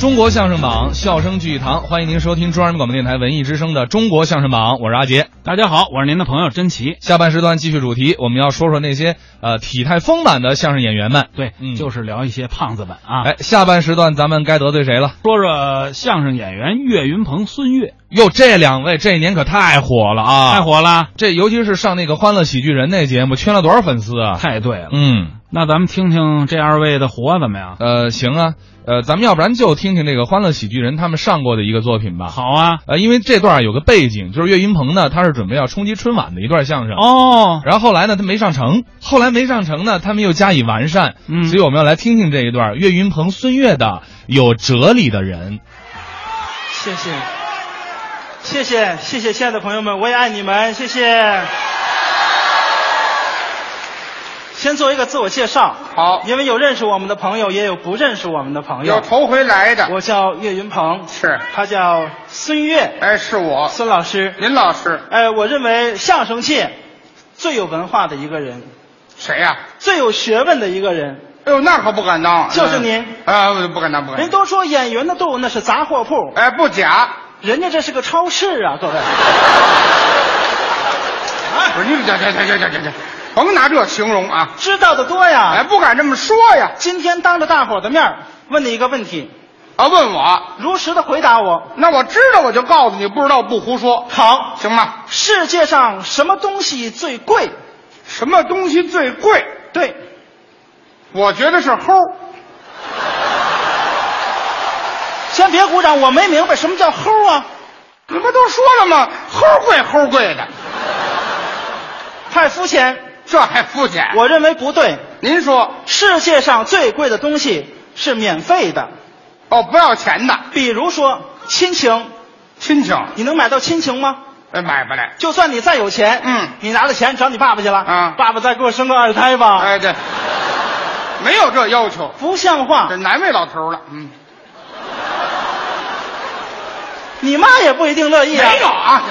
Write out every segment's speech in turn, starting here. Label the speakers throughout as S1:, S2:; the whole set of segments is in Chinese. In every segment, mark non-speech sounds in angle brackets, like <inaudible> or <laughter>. S1: 中国相声榜，笑声聚一堂，欢迎您收听中央人民广播电台文艺之声的《中国相声榜》，我是阿杰。
S2: 大家好，我是您的朋友甄奇。
S1: 下半时段继续主题，我们要说说那些呃体态丰满的相声演员们。
S2: 对，
S1: 嗯
S2: 就是聊一些胖子们啊。
S1: 哎，下半时段咱们该得罪谁了？
S2: 说说相声演员岳云鹏、孙越，
S1: 哟，这两位这一年可太火了啊！
S2: 太！火了，
S1: 这尤其是上那个《欢乐喜剧人》那节目，圈了多少粉丝啊？
S2: 太对了。
S1: 嗯，
S2: 那咱们听听这二位的活怎么样？
S1: 呃，行啊，呃，咱们要不然就听听这个《欢乐喜剧人》他们上过的一个作品吧。
S2: 好啊。
S1: 呃，因为这段有个背景，就是岳云鹏呢，他是准备要冲击春晚的一段相声。
S2: 哦，
S1: 然后后来呢，他没上成，后来没上成呢，他们又加以完善，
S2: 嗯
S1: 所以我们要来听听这一段岳云鹏、孙越的有哲理的人。
S3: 谢谢，谢谢，谢谢，亲爱的朋友们，我也爱你们，谢谢。先做一个自我介绍，
S4: 好，
S3: 因为有认识我们的朋友，也有不认识我们的朋
S4: 有
S3: 友。
S4: 头回来的，
S3: 我叫岳云鹏，
S4: 是
S3: 他叫孙越，
S4: 哎，是我，
S3: 孙老师。
S4: 林老师，
S3: 哎，我认为相声界最有文化的一个人，
S4: 谁呀、
S3: 最有学问的一个人。
S4: 哎呦，那可不敢当，
S3: 就是您
S4: 啊，不敢当，不敢
S3: 人
S4: 当，
S3: 都说演员的肚子那是杂货铺，
S4: 哎，不假，
S3: 人家这是个超市啊，各位。
S4: 不是你们这这这这这这这，甭拿这形容啊，
S3: 知道的多呀。
S4: 哎，不敢这么说呀，
S3: 今天当着大伙儿的面儿问你一个问题，
S4: 啊，问我，
S3: 如实的回答我。
S4: 那我知道我就告诉你，不知道不胡说，
S3: 好，
S4: 行吗？
S3: 世界上什么东西最贵？
S4: 什么东西最贵？
S3: 对，
S4: 我觉得是齁，
S3: <laughs> 先别鼓掌，我没明白什么叫齁啊！
S4: 你不都说了吗？齁贵，齁贵的，
S3: 太肤浅，
S4: 这还肤浅？
S3: 我认为不对。
S4: 您说，
S3: 世界上最贵的东西是免费的，
S4: 哦，不要钱的
S3: 比如说亲情，
S4: 亲情，
S3: 你能买到亲情吗？
S4: 哎，买不来，
S3: 就算你再有钱，
S4: 嗯
S3: 你拿了钱找你爸爸去了，
S4: 啊
S3: 爸爸再给我生个二胎吧，
S4: 哎，对，没有这要求，
S3: 不像话
S4: 这。难为老头了。嗯，
S3: 你妈也不一定乐意啊。
S4: 没有，啊，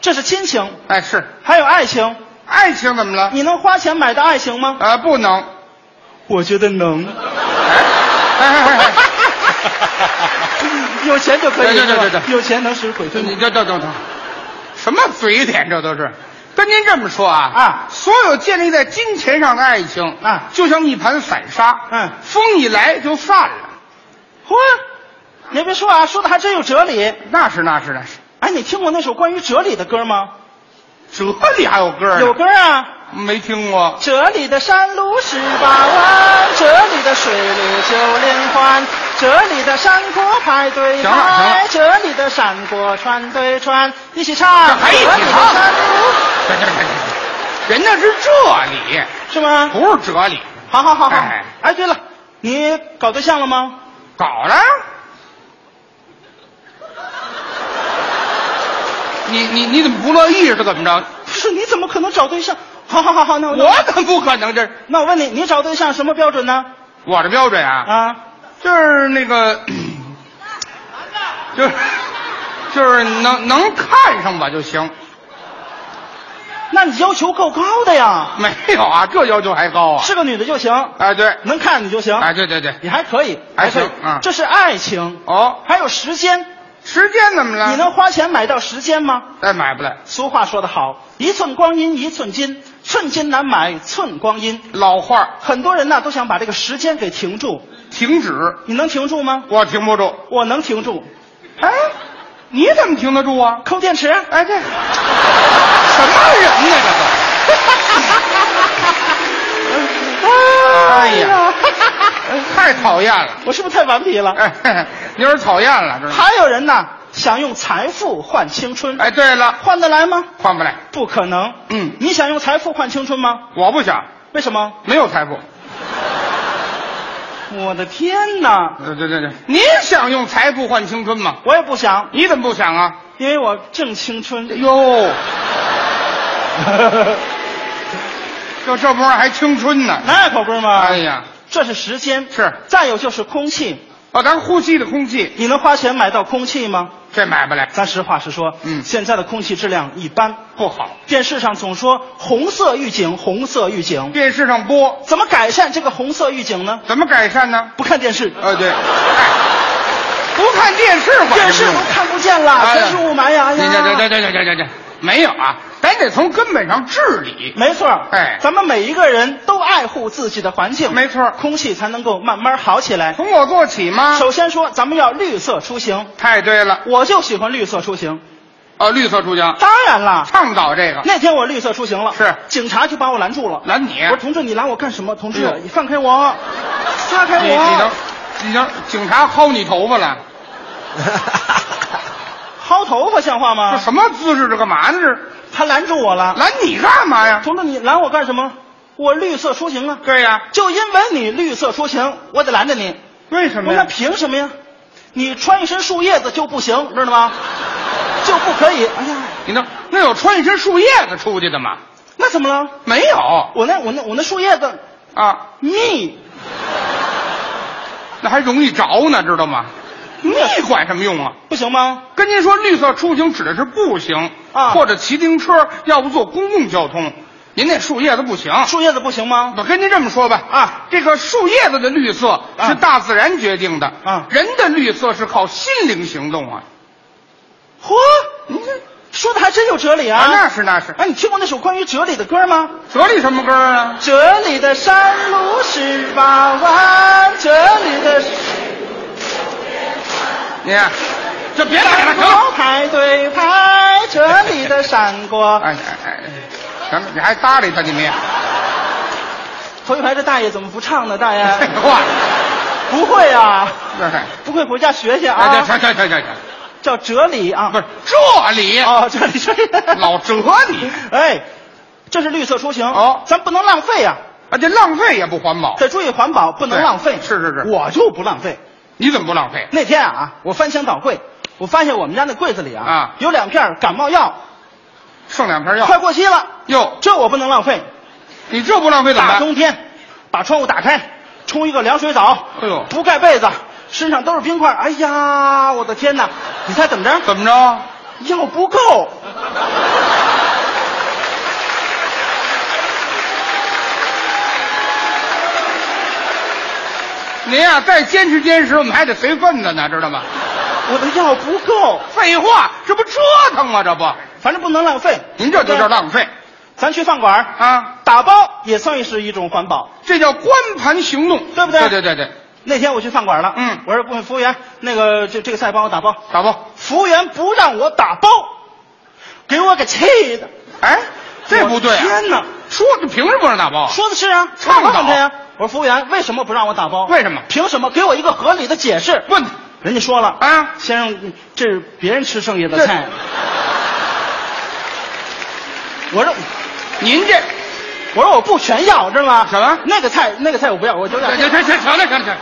S3: 这是亲情，
S4: 哎，是
S3: 还有爱情。
S4: 爱情怎么了？
S3: 你能花钱买到爱情吗？
S4: 呃，不
S3: <laughs>
S4: 能。
S3: 我觉得能，
S4: 哎哎哎
S3: <laughs> 有钱就可以，
S4: 对对对
S3: 是吧
S4: 对对
S3: 有钱能使鬼
S4: 哎，
S3: 推
S4: 你
S3: 磨。
S4: 这这这这，什么嘴脸？这都是。跟您这么说啊
S3: 啊
S4: 所有建立在金钱上的爱情
S3: 啊
S4: 就像一盘散沙，
S3: 嗯
S4: 风一来就散了。
S3: 嚯，你还别说啊，说的还真有哲理。
S4: 那是那是那是，
S3: 哎，你听过那首关于哲理的歌吗？
S4: 哲理还有歌呢
S3: 有歌啊，
S4: 没听过？
S3: 这里的山路十八弯，这里的水路九连环，这里的山坡排对
S4: 行了行
S3: 排
S4: 了，
S3: 这里的山坡川对川，一起唱。
S4: 这还一起
S3: 这里的
S4: 哎唱
S3: 山路
S4: 人家是这里，
S3: 是吗？
S4: 不是哲理。
S3: 好好好好
S4: 哎。
S3: 哎，对了，你搞对象了吗？ <laughs>
S4: 搞了。你你你怎么不乐意是怎么着？
S3: 不是，你怎么可能找对象？好好好好，那我
S4: 我怎么不可能这是？
S3: 那我问你，你找对象什么标准呢？
S4: 我的标准啊，
S3: 啊，
S4: 就是那 <coughs> 个，就是就是能能看上我就行。
S3: 那你要求够高的呀，
S4: 没有啊，这要求还高啊！
S3: 是个女的就行，
S4: 哎对，
S3: 能看你就行，
S4: 哎对对对，
S3: 你还可以，
S4: 还
S3: 可以
S4: 行啊
S3: 这是爱情，
S4: 哦，
S3: 还有时间，
S4: 时间怎么了？
S3: 你能花钱买到时间吗？
S4: 哎买不来，
S3: 俗话说得好，一寸光阴一寸金，寸金难买寸光阴。
S4: 老话儿
S3: 很多人呐都想把这个时间给停住，
S4: 停止，
S3: 你能停住吗？
S4: 我停不住。
S3: 我能停住，
S4: 哎，你怎么停得住啊？
S3: 抠电池。
S4: 哎，这什么人呢？这都！ <laughs> 哎呀，太讨厌了！
S3: 我是不是太顽皮了？
S4: 哎， <laughs> 有点讨厌了，知道吗？
S3: 还有人呐想用财富换青春，
S4: 哎，对了，
S3: 换得来吗？
S4: 换不来，
S3: 不可能。
S4: 嗯
S3: 你想用财富换青春吗？
S4: 我不想，
S3: 为什么？
S4: 没有财富。
S3: 我的天哪！
S4: 呃，对对对，您想用财富换青春吗？
S3: 我也不想，
S4: 你怎么不想啊？
S3: 因为我正青春。
S4: 哟，这这波还青春呢！
S3: 那可不是嘛！
S4: 哎，呀，
S3: 这是时间。
S4: 是
S3: 再有就是空气，
S4: 哦，咱呼吸的空气，
S3: 你能花钱买到空气吗？
S4: 这买不来，
S3: 咱实话实说，
S4: 嗯
S3: 现在的空气质量一般，
S4: 不好。
S3: 电视上总说红色预警，红色预警，
S4: 电视上播，
S3: 怎么改善这个红色预警呢？
S4: 怎么改善呢？
S3: 不看电视，
S4: 呃，对，哎，不看电视管
S3: 电视
S4: 用
S3: 都看不见了，
S4: 哎
S3: 真是雾霾呀！哎
S4: 对
S3: 呀
S4: 对对对对对对对，没有啊，咱得从根本上治理。
S3: 没错儿，
S4: 哎
S3: 咱们每一个人都爱护自己的环境，
S4: 没错儿
S3: 空气才能够慢慢好起来。
S4: 从我做起吗？
S3: 首先说，咱们要绿色出行，
S4: 太对了，
S3: 我就喜欢绿色出行。
S4: 哦，绿色出行，
S3: 当然啦，
S4: 倡导这个。
S3: 那天我绿色出行了，
S4: 是
S3: 警察就把我拦住了。
S4: 拦你，
S3: 我说：“同志，你拦我干什么？同
S4: 哎
S3: 志
S4: 呦，
S3: 你放开我，撒开
S4: 你你能
S3: 我！啊
S4: 你能警察薅你头发了？
S3: 薅头发像话
S4: 这
S3: 吗？
S4: 什么姿势？这干嘛呢？这
S3: 他拦住我了。
S4: 拦你干嘛呀？
S3: 同志，你拦我干什么？我绿色出行啊！
S4: 啊对呀，
S3: 就因为你绿色出行，我得拦着你。
S4: 为什
S3: 我
S4: 么
S3: 那
S4: 呀？
S3: 凭什么呀？你穿一身树叶子就不行，知道吗？就不可以。哎呀，
S4: 你能那有穿一身树叶子出去的吗？
S3: 那怎么了？
S4: 没有
S3: 我那我那我那树叶子
S4: 啊，
S3: 密
S4: 那还容易着呢，知道吗？你管什么用啊？
S3: 不行吗？
S4: 跟您说，绿色出行指的是步行
S3: 啊
S4: 或者骑自行车，要不坐公共交通。您那树叶子不行。
S3: 树叶子不行吗？
S4: 我跟您这么说吧，
S3: 啊，
S4: 这个树叶子的绿色
S3: 啊
S4: 是大自然决定的，
S3: 啊
S4: 人的绿色是靠心灵行动啊。
S3: 嚯，您这说的还真有哲理啊！
S4: 啊，那是那是，
S3: 哎，你听过那首关于哲理的歌吗？
S4: 哲理什么歌啊？
S3: 这里的山路十八弯，这里的
S4: 你看，这别打了，
S3: 山
S4: 行
S3: 坡
S4: 了，
S3: 排队排，这里的山
S4: 哎
S3: 锅。
S4: <laughs> 哎哎，行了，你还搭理他你没？
S3: 头一排这大爷怎么不唱呢？大
S4: 废 <laughs>
S3: 爷
S4: 话，
S3: 不会啊，
S4: 这是，
S3: 不会回家学学
S4: 哎，
S3: 啊。
S4: 这这这这这，
S3: 叫哲理啊，
S4: 不是这里 <laughs>
S3: 哦，哲理哲理，
S4: 老折你
S3: <laughs> 哎，这是绿色出行
S4: 哦
S3: 咱不能浪费啊，
S4: 啊，这浪费也不环保，
S3: 得注意环保，不能
S4: 对
S3: 浪费。
S4: 是是是
S3: 我就不浪费。
S4: 你怎么不浪费？
S3: 那天啊，我翻箱倒柜，我发现我们家那柜子里啊，
S4: 啊
S3: 有两片感冒药，
S4: 剩两瓶
S3: 快
S4: 药，
S3: 过期了，
S4: 哟，
S3: 这我不能浪费。
S4: 你这不浪费怎么
S3: 大
S4: 办？
S3: 冬天，把窗户打开，冲一个凉水澡，
S4: 哎呦
S3: 不盖被子，身上都是冰块，哎呀，我的天哪！你猜怎么着？
S4: <laughs> 怎么着？
S3: 药不够。
S4: 您呀、再坚持坚持，我们还得随份子呢，知道吗？
S3: 我的药不够，
S4: 废话，这不折腾吗？这不，
S3: 反正不能浪费。
S4: 您这就叫浪费
S3: 咱去饭馆啊，
S4: 啊！
S3: 打包也算是一种环保。
S4: 这叫光盘行动，
S3: 对不对
S4: 对对对对，
S3: 那天我去饭馆了，
S4: 嗯
S3: 我说问服务员，那个这这个菜帮我打包，
S4: 打包。
S3: 服务员不让我打包，给我给气的。
S4: 哎，这不对、
S3: 我的天哪！
S4: 说这凭什么不让打包啊？
S3: 说的是啊，
S4: 倡导
S3: 我问他呀，我说服务员为什么不让我打包？
S4: 为什么
S3: 凭什么？给我一个合理的解释。
S4: 问他
S3: 人家说了
S4: 啊
S3: 先生，这是别人吃剩下的菜。我说，
S4: 您这，
S3: 我说我不全要，知道吗？
S4: 什么
S3: 那个菜，那个菜我不要，我就要
S4: 这这这这行了行了行了，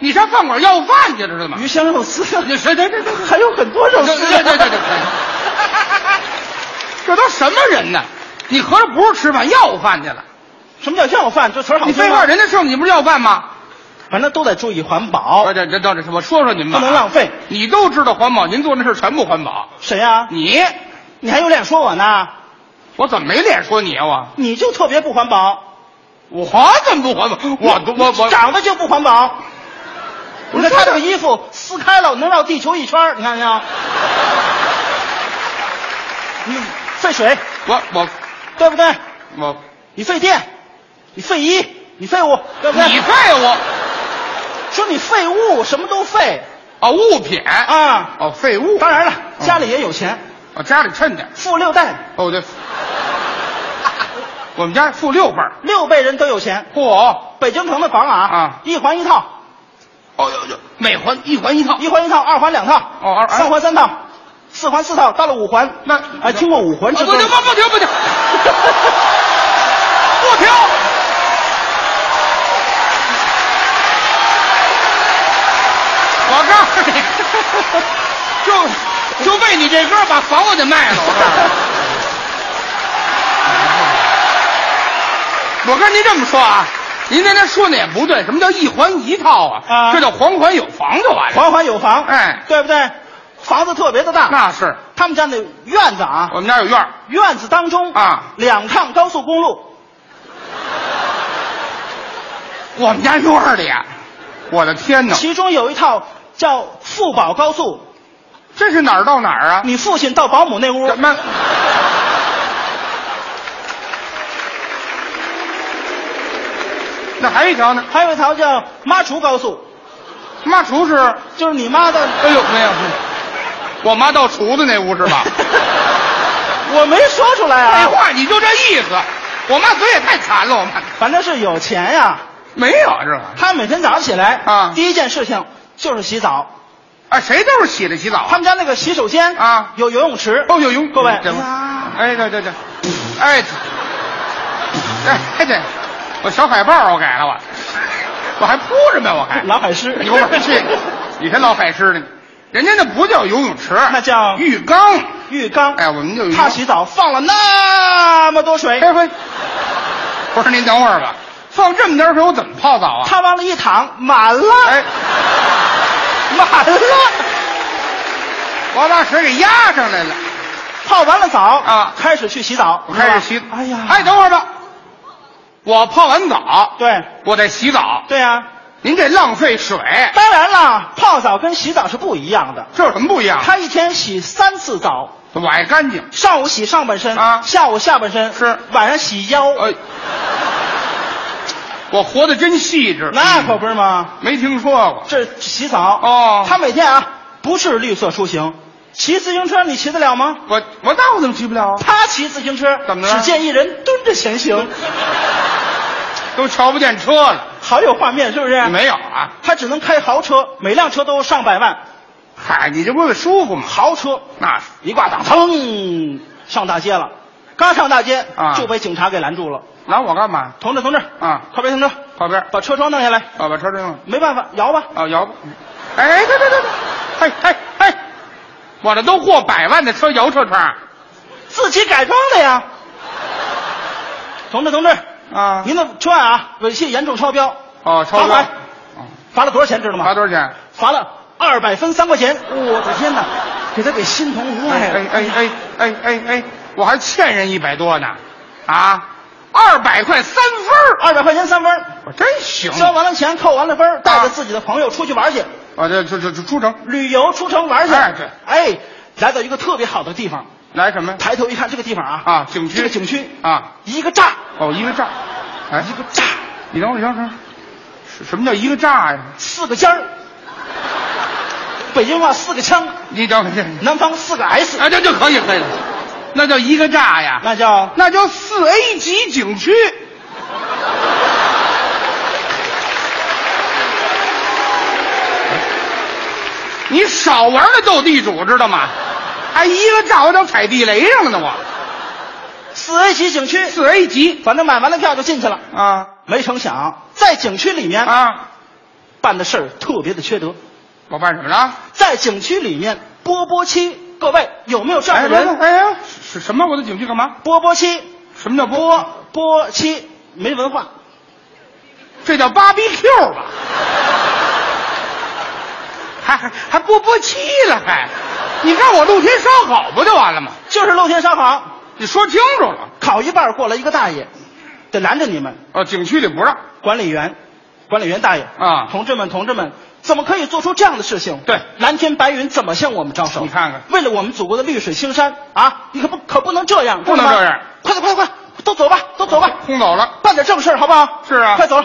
S4: 你上饭馆要饭去了是吗？
S3: 鱼香肉丝，
S4: 这这这这这
S3: 还有很多肉
S4: 这
S3: 丝。
S4: 这这这这，这都什么人呢？你合着不是吃饭要饭去了？
S3: 什么叫要饭？这词儿好
S4: 你
S3: 听吗
S4: 废话，人家剩你不是要饭吗？
S3: 反正都得注意环保
S4: 不。这这到底是我说说你们吧，
S3: 不能浪费。
S4: 你都知道环保，您做那事儿全不环保。
S3: 谁呀、
S4: 你，
S3: 你还有脸说我呢？
S4: 我怎么没脸说你啊？我
S3: 你就特别不环保，
S4: 我怎啊么不环保？我我我
S3: 长得就不环保。
S4: 不
S3: 你
S4: 是
S3: 看
S4: 他
S3: 他这个衣服撕开了，能绕地球一圈儿，你看见没有？你费水，
S4: 我我
S3: 对不对？
S4: 我
S3: 你费电，你费衣，你废物，对不对？
S4: 你废啊物
S3: 说你废物，什么都废
S4: 哦，物品
S3: 啊！
S4: 哦，废物。
S3: 当然了，
S4: 嗯
S3: 家里也有钱，
S4: 我家里趁点
S3: 富六代，
S4: 哦对， <laughs> 我们家付六份儿
S3: 六辈人都有钱。
S4: 嚯
S3: 北京城的房啊，
S4: 啊
S3: 一环一套，
S4: 哦哟哟，每环一环一套
S3: 一环一套，二环两套，
S4: 哦二
S3: 三环三套，四环四套，到了五环，
S4: 那
S3: 哎，听过五环之
S4: 哦
S3: 歌
S4: 不
S3: 吗
S4: 停？不停不停， <laughs> 不停。我告诉你，就就为你这歌把房我得卖了。我告诉你，我跟您这么说啊，您那天说那也不对，什么叫一环一套啊？
S3: 啊
S4: 这叫环环有房就完了。
S3: 环环有房，
S4: 哎
S3: 对不对？房子特别的大。
S4: 那是
S3: 他们家那院子啊
S4: 我，们家有院儿
S3: 院子当中
S4: 啊，
S3: 两趟高速公路，
S4: 我们家院儿里，啊我的天哪，
S3: 其中有一套叫富保高速。
S4: 这是哪儿到哪儿啊？
S3: 你父亲到保姆那屋，
S4: 怎么？那还有一条呢？
S3: 还有一条叫妈厨高速，
S4: 妈厨是？哎
S3: 就是你妈的。
S4: 呦，没有，我妈到厨子那屋是 <laughs> 吧？
S3: <laughs>
S4: 哎
S3: 我没说出来
S4: 废
S3: 啊，
S4: 话，你就这意思。我妈嘴也太馋了，我妈
S3: 反正是有钱呀、
S4: 没有这个。
S3: 他每天早上起来
S4: 啊
S3: 第一件事情就是洗澡。
S4: 啊，谁都是洗着洗澡啊。
S3: 他们家那个洗手间
S4: 啊
S3: 有游泳池。
S4: 哦，有泳
S3: 各位，
S4: 怎
S3: 哎
S4: 么
S3: 呀？
S4: 哎，对对对，哎，哎对，我小海报我改了我，我还铺着呢我还。
S3: 老海
S4: <laughs>
S3: 狮，
S4: 有本事你才老海狮呢，人家那不叫游泳池，
S3: 那叫
S4: 浴缸。
S3: 浴缸。
S4: 哎，我们就有浴
S3: 他
S4: 缸
S3: 洗澡放了那么多水，
S4: 哎喂，不是您等会儿吧？放这么点水，我怎么泡澡啊？
S3: 他往里一躺，满了，
S4: 哎，
S3: 满了。
S4: 我把水给压上来了，
S3: 泡完了澡
S4: 啊
S3: 开始去洗澡，
S4: 我开始洗
S3: 是吧。哎呀，
S4: 哎，等会儿吧，我泡完澡，
S3: 对
S4: 我得洗澡。
S3: 对呀、
S4: 您这浪费水，
S3: 当然啦，泡澡跟洗澡是不一样的。
S4: 这有什么不一样？
S3: 他一天洗三次澡，
S4: 我爱干净。
S3: 上午洗上半身，
S4: 啊
S3: 下午下半身，
S4: 是
S3: 晚上洗腰，
S4: 哎，我活得真细致。嗯
S3: 那可不是吗？
S4: 没听说过。
S3: 这是洗澡
S4: 哦
S3: 他每天啊不是绿色出行，骑自行车你骑得了吗？
S4: 我我那我怎么骑不了啊？
S3: 他骑自行车
S4: 怎么了
S3: 只见一人蹲着前行，
S4: 都瞧不见车了。
S3: 好有画面，是不是？
S4: 没有啊？
S3: 他只能开豪车，每辆车都上百万，
S4: 嗨，你这不是舒服吗？
S3: 豪车
S4: 那是
S3: 一挂档，腾上大街了。刚上大街
S4: 啊
S3: 就被警察给拦住了。
S4: 拿我干嘛？
S3: 同志，同志
S4: 啊
S3: 快别停车，
S4: 靠边儿，
S3: 把车窗弄下来。
S4: 啊，把车扔了。
S3: 没办法，摇吧。
S4: 啊，摇吧。哎，对对对对，哎哎哎，我这都过百万的车摇车窗
S3: 自己改装的呀。同志，同志，
S4: 啊
S3: 您的车辆啊违纪严重超标，
S4: 哦，超
S3: 罚
S4: 标
S3: 款，罚了多少钱知道吗？
S4: 罚多少钱？
S3: 罚了二百分三块钱。我的天哪，给他给心疼坏
S4: 哎
S3: 了。
S4: 哎哎哎哎哎哎，我还欠人一百多呢，啊，二百块三分儿
S3: 二百块钱三分儿，
S4: 我真行。
S3: 交完了钱，扣完了分儿，带着
S4: 啊
S3: 自己的朋友出去玩去，
S4: 我这这这这出城
S3: 旅游出城玩去。
S4: 哎对
S3: 哎，来到一个特别好的地方，
S4: 来什么呀？
S3: 抬头一看，这个地方啊，
S4: 啊，景区
S3: 这个景区，
S4: 啊，
S3: 一个炸，
S4: 哦，一个炸，哎，
S3: 一个炸，
S4: 你等会儿，你等会儿，什什么叫一个炸呀？
S3: 四个尖儿，北京话四个枪，
S4: 你等会儿，这
S3: 南方四个 S，
S4: 啊，这就可以可以了，那叫一个炸呀，
S3: 那叫
S4: 那叫四 A 级景区。你少玩那斗地主，知道吗？哎，一个炸我都踩地雷上了呢，我
S3: 四 A 级景区。
S4: 四 A 级
S3: 反正买完了票就进去了，
S4: 啊
S3: 没成想在景区里面
S4: 啊！
S3: 办的事儿特别的缺德。
S4: 我办什么了？
S3: 在景区里面波波七，各位有没有这样
S4: 哎
S3: 的
S4: 别
S3: 人？
S4: 哎呀，是什么？我的景区干嘛？
S3: 波波七，
S4: 什么叫
S3: 波
S4: 播？
S3: 波七没文化，
S4: 这叫 BBQ 吧？还还还播播期了还？你看我露天烧烤不就完了吗？
S3: 就是露天烧烤，
S4: 你说清楚了。
S3: 烤一半过来一个大爷，得拦着你们
S4: 哦，景区里不让。
S3: 管理员，管理员大爷
S4: 啊
S3: 同志们同志们，怎么可以做出这样的事情？
S4: 对
S3: 蓝天白云怎么向我们招手？
S4: 你看看，
S3: 为了我们祖国的绿水青山啊，你可不可不能这样？
S4: 不能
S3: 知道吗
S4: 这样，
S3: 快点快点快，都走吧，都走吧。
S4: 轰走了，
S3: 办点正事儿好不好？
S4: 是啊
S3: 快走了。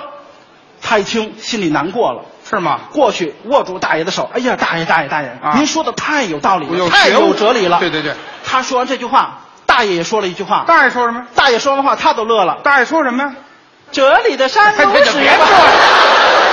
S3: 他一听心里难过了，
S4: 是吗？
S3: 过去握住大爷的手，哎呀，大爷大爷大爷，
S4: 啊
S3: 您说的太有道理
S4: 我有
S3: 了，太
S4: 觉悟
S3: 有哲理了。
S4: 对对对。
S3: 他说完这句话，大爷也说了一句话，
S4: 大爷说什么？
S3: 大爷说完话他都乐了。
S4: 大爷说什么呀？
S3: 这里的山
S4: 哎
S3: 不
S4: 别
S3: 是
S4: 别说了，